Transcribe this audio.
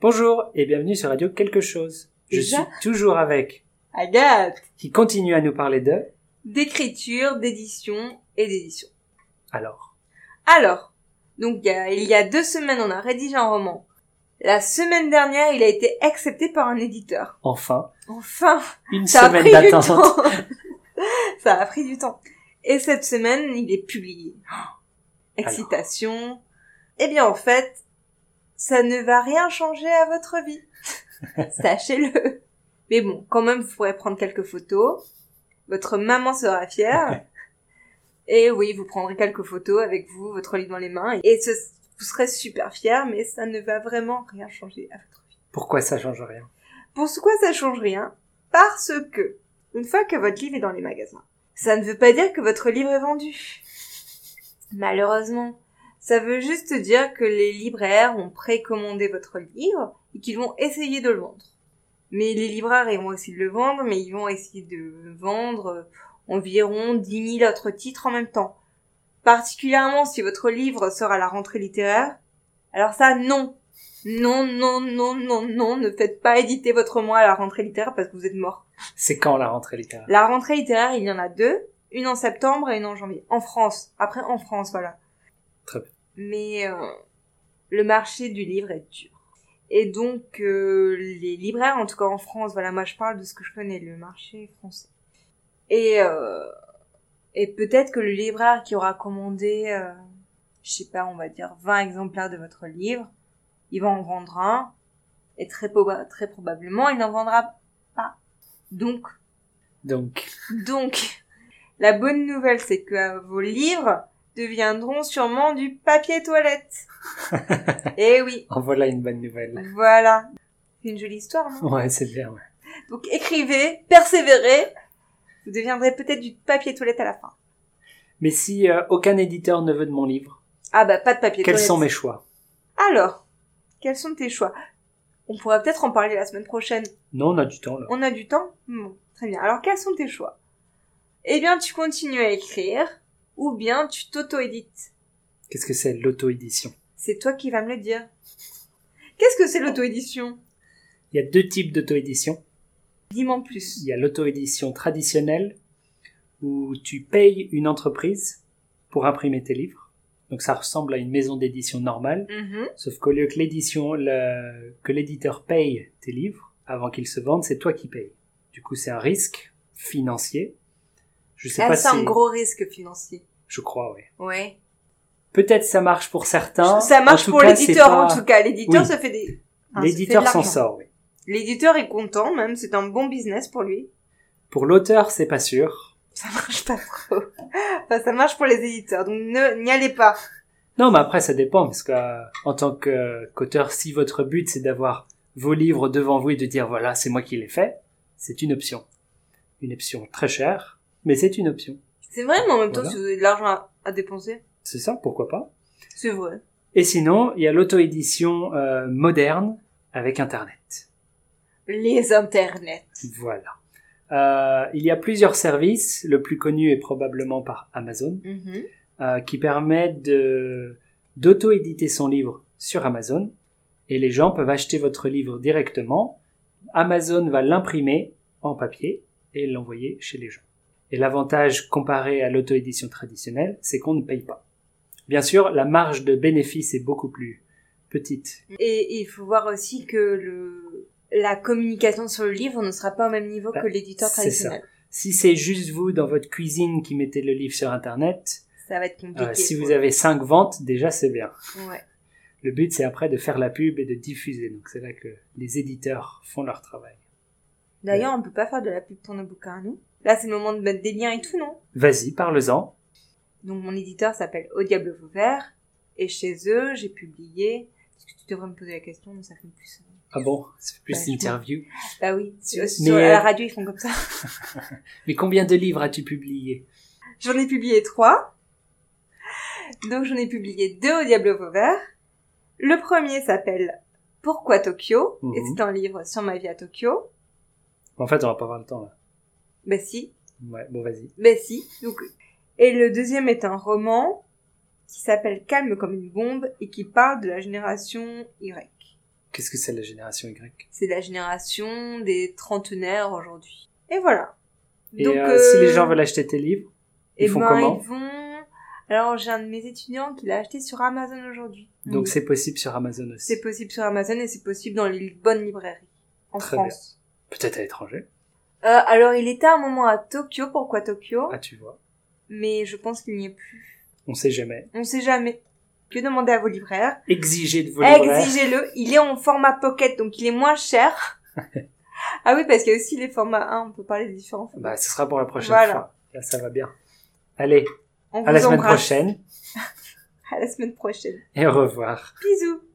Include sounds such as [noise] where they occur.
Bonjour et bienvenue sur Radio Quelque chose. Je Déjà suis toujours avec Agathe, qui continue à nous parler de. d'écriture, d'édition et d'édition. Alors, Alors, donc il y, a, il y a deux semaines, on a rédigé un roman. La semaine dernière, il a été accepté par un éditeur. enfin, Enfin, une ça a semaine pris du d'attente. temps. [laughs] ça a pris du temps. Et cette semaine, il est [gasps] publié. Excitation. Eh bien, en fait, ça ne va rien changer à votre [laughs] vie. Sachez-le. Mais bon, quand même, vous pourrez prendre quelques photos. Votre maman sera [laughs] fière. Et oui, vous prendrez quelques photos avec vous, votre livre dans les mains. Et ce- vous serez super fiers, mais ça ne va vraiment rien changer à votre vie. [laughs] Pourquoi ça change rien Pourquoi ça change rien Parce que, une fois que votre livre est dans les magasins, ça ne veut pas dire que votre livre est vendu. Malheureusement. Ça veut juste dire que les libraires ont précommandé votre livre et qu'ils vont essayer de le vendre. Mais les libraires, ils vont essayer de le vendre, mais ils vont essayer de vendre euh, environ 10 000 autres titres en même temps. Particulièrement si votre livre sort à la rentrée littéraire. Alors ça, non, non, non, non, non, non, ne faites pas éditer votre mois à la rentrée littéraire parce que vous êtes mort. C'est quand la rentrée littéraire La rentrée littéraire, il y en a deux, une en septembre et une en janvier. En France, après en France, voilà. Très bien. Mais euh, le marché du livre est dur. Et donc euh, les libraires, en tout cas en France, voilà, moi je parle de ce que je connais, le marché français. Et euh, et peut-être que le libraire qui aura commandé, euh, je sais pas, on va dire 20 exemplaires de votre livre, il va en vendre un, et très, proba- très probablement il n'en vendra pas. Donc Donc, donc, la bonne nouvelle, c'est que euh, vos livres deviendront sûrement du [laughs] papier toilette. Eh oui, en voilà une bonne nouvelle. voilà. C'est une jolie histoire, non Ouais, c'est bien. ouais. Donc écrivez, persévérez, vous deviendrez peut-être du papier toilette à la fin. Mais si euh, aucun éditeur ne veut de mon livre, Ah bah pas de papier quels toilette. sont mes choix Alors, quels sont tes choix On pourra peut-être en parler la semaine prochaine. Non, on a du temps là. On a du temps Bon, Très bien. Alors quels sont tes choix Eh bien, tu continues à écrire, ou bien tu t'auto-édites. Qu'est-ce que c'est l'auto-édition C'est toi qui vas me le dire. Qu'est-ce que c'est l'auto-édition Il y a deux types d'auto-édition. Dis-moi en Il plus. y a l'auto-édition traditionnelle où tu payes une entreprise pour imprimer tes livres. Donc ça ressemble à une maison d'édition normale. Mhm. Sauf qu'au lieu que l'édition, le- que l'éditeur paye tes livres avant qu'ils se vendent, c'est toi qui payes. Du coup, c'est un risque financier. Je sais Là, pas Ah, c'est si, un gros risque financier. je crois, ouais. Ouais. Peut-être ça marche pour certains. Ça En marche tout pour cas, l'éditeur c'est pas- en tout cas. L'éditeur Oui. se fait des. enfin, se fait de L'éditeur s'en l'argent. sort. oui. L'éditeur est content, même c'est un bon business pour lui. Pour l'auteur, c'est pas sûr. Ça marche pas trop. enfin, ça marche pour les éditeurs, donc ne n'y allez pas. Non, mais après ça dépend parce que euh, en tant que, euh, qu'auteur, si votre but c'est d'avoir vos livres devant vous et de dire voilà, c'est moi qui l'ai fait, c'est une option. Une option très chère, mais c'est une option. C'est vrai, mais en même temps, Voilà. si vous avez de l'argent à, à dépenser, C'est ça, pourquoi pas c'est vrai. Et sinon, il y a l'auto-édition euh, moderne avec Internet. Les internets. Voilà. Euh, il y a plusieurs services, le plus connu est probablement par Amazon, Mhm. euh, qui permet de, d'auto-éditer son livre sur Amazon. Et les gens peuvent acheter votre livre directement. Amazon va l'imprimer en papier et l'envoyer chez les gens. Et l'avantage comparé à l'auto-édition traditionnelle, c'est qu'on ne paye pas. Bien sûr, la marge de bénéfice est beaucoup plus petite Et il faut voir aussi que le la communication sur le livre ne sera pas au même niveau Bah, que l'éditeur c'est traditionnel. Si c'est juste vous dans votre cuisine qui mettez le livre sur Internet, Ça va être compliqué. euh, si vous quoi. avez cinq ventes, déjà c'est bien. Ouais. Le but c'est après de faire la pub et de diffuser. Donc c'est là que les éditeurs font leur travail. D'ailleurs, on peut pas faire de la pub pour nos bouquins, nous. Là, c'est le moment de mettre des liens et tout, non Vas-y, parle-en. Donc, mon éditeur s'appelle Au Diable Vauvert, et chez eux, j'ai publié... Parce que tu devrais me poser la question, mais ça fait plus... ça. Ah bon, c'est plus Ouais, je interview. Bah oui, sur, Mais, sur- à euh, la radio, ils font comme ça. Mais combien de livres as-tu publié J'en ai publié trois. Donc, j'en ai publié deux Au Diable Vauvert. Le premier s'appelle Pourquoi Tokyo Et Mhm. c'est un livre sur ma vie à Tokyo. En fait, on va pas avoir le temps là. Bah si, Ouais, bon vas-y. Ben si. Donc, et le deuxième est un roman qui s'appelle Calme comme une bombe et qui parle de la génération Y. Qu'est-ce que c'est la génération Y C'est la génération des trentenaires aujourd'hui. Et voilà. Et euh, si les gens veulent acheter tes livres, ils eh font ben, comment ils vont... Alors, j'ai un de mes étudiants qui l'a acheté sur Amazon aujourd'hui. donc c'est possible sur Amazon aussi. c'est possible sur Amazon et c'est possible dans les bonnes librairies en Très France. Peut-être à l'étranger. Euh, alors, il était à un moment à Tokyo, pourquoi Tokyo Ah, tu vois. Mais je pense qu'il n'y est plus. On sait jamais. On sait jamais. Que demander à vos libraires Exiger de vos libraires. Exigez-le. Il est en format pocket, donc il est [laughs] moins cher. ah oui, parce qu'il y a aussi les formats 1, on peut parler des différents formats. Bah, ce sera pour la prochaine Voilà. fois. Là, ça va bien. Allez, On à la vous semaine embrasse. prochaine À la semaine prochaine. et au revoir. Bisous.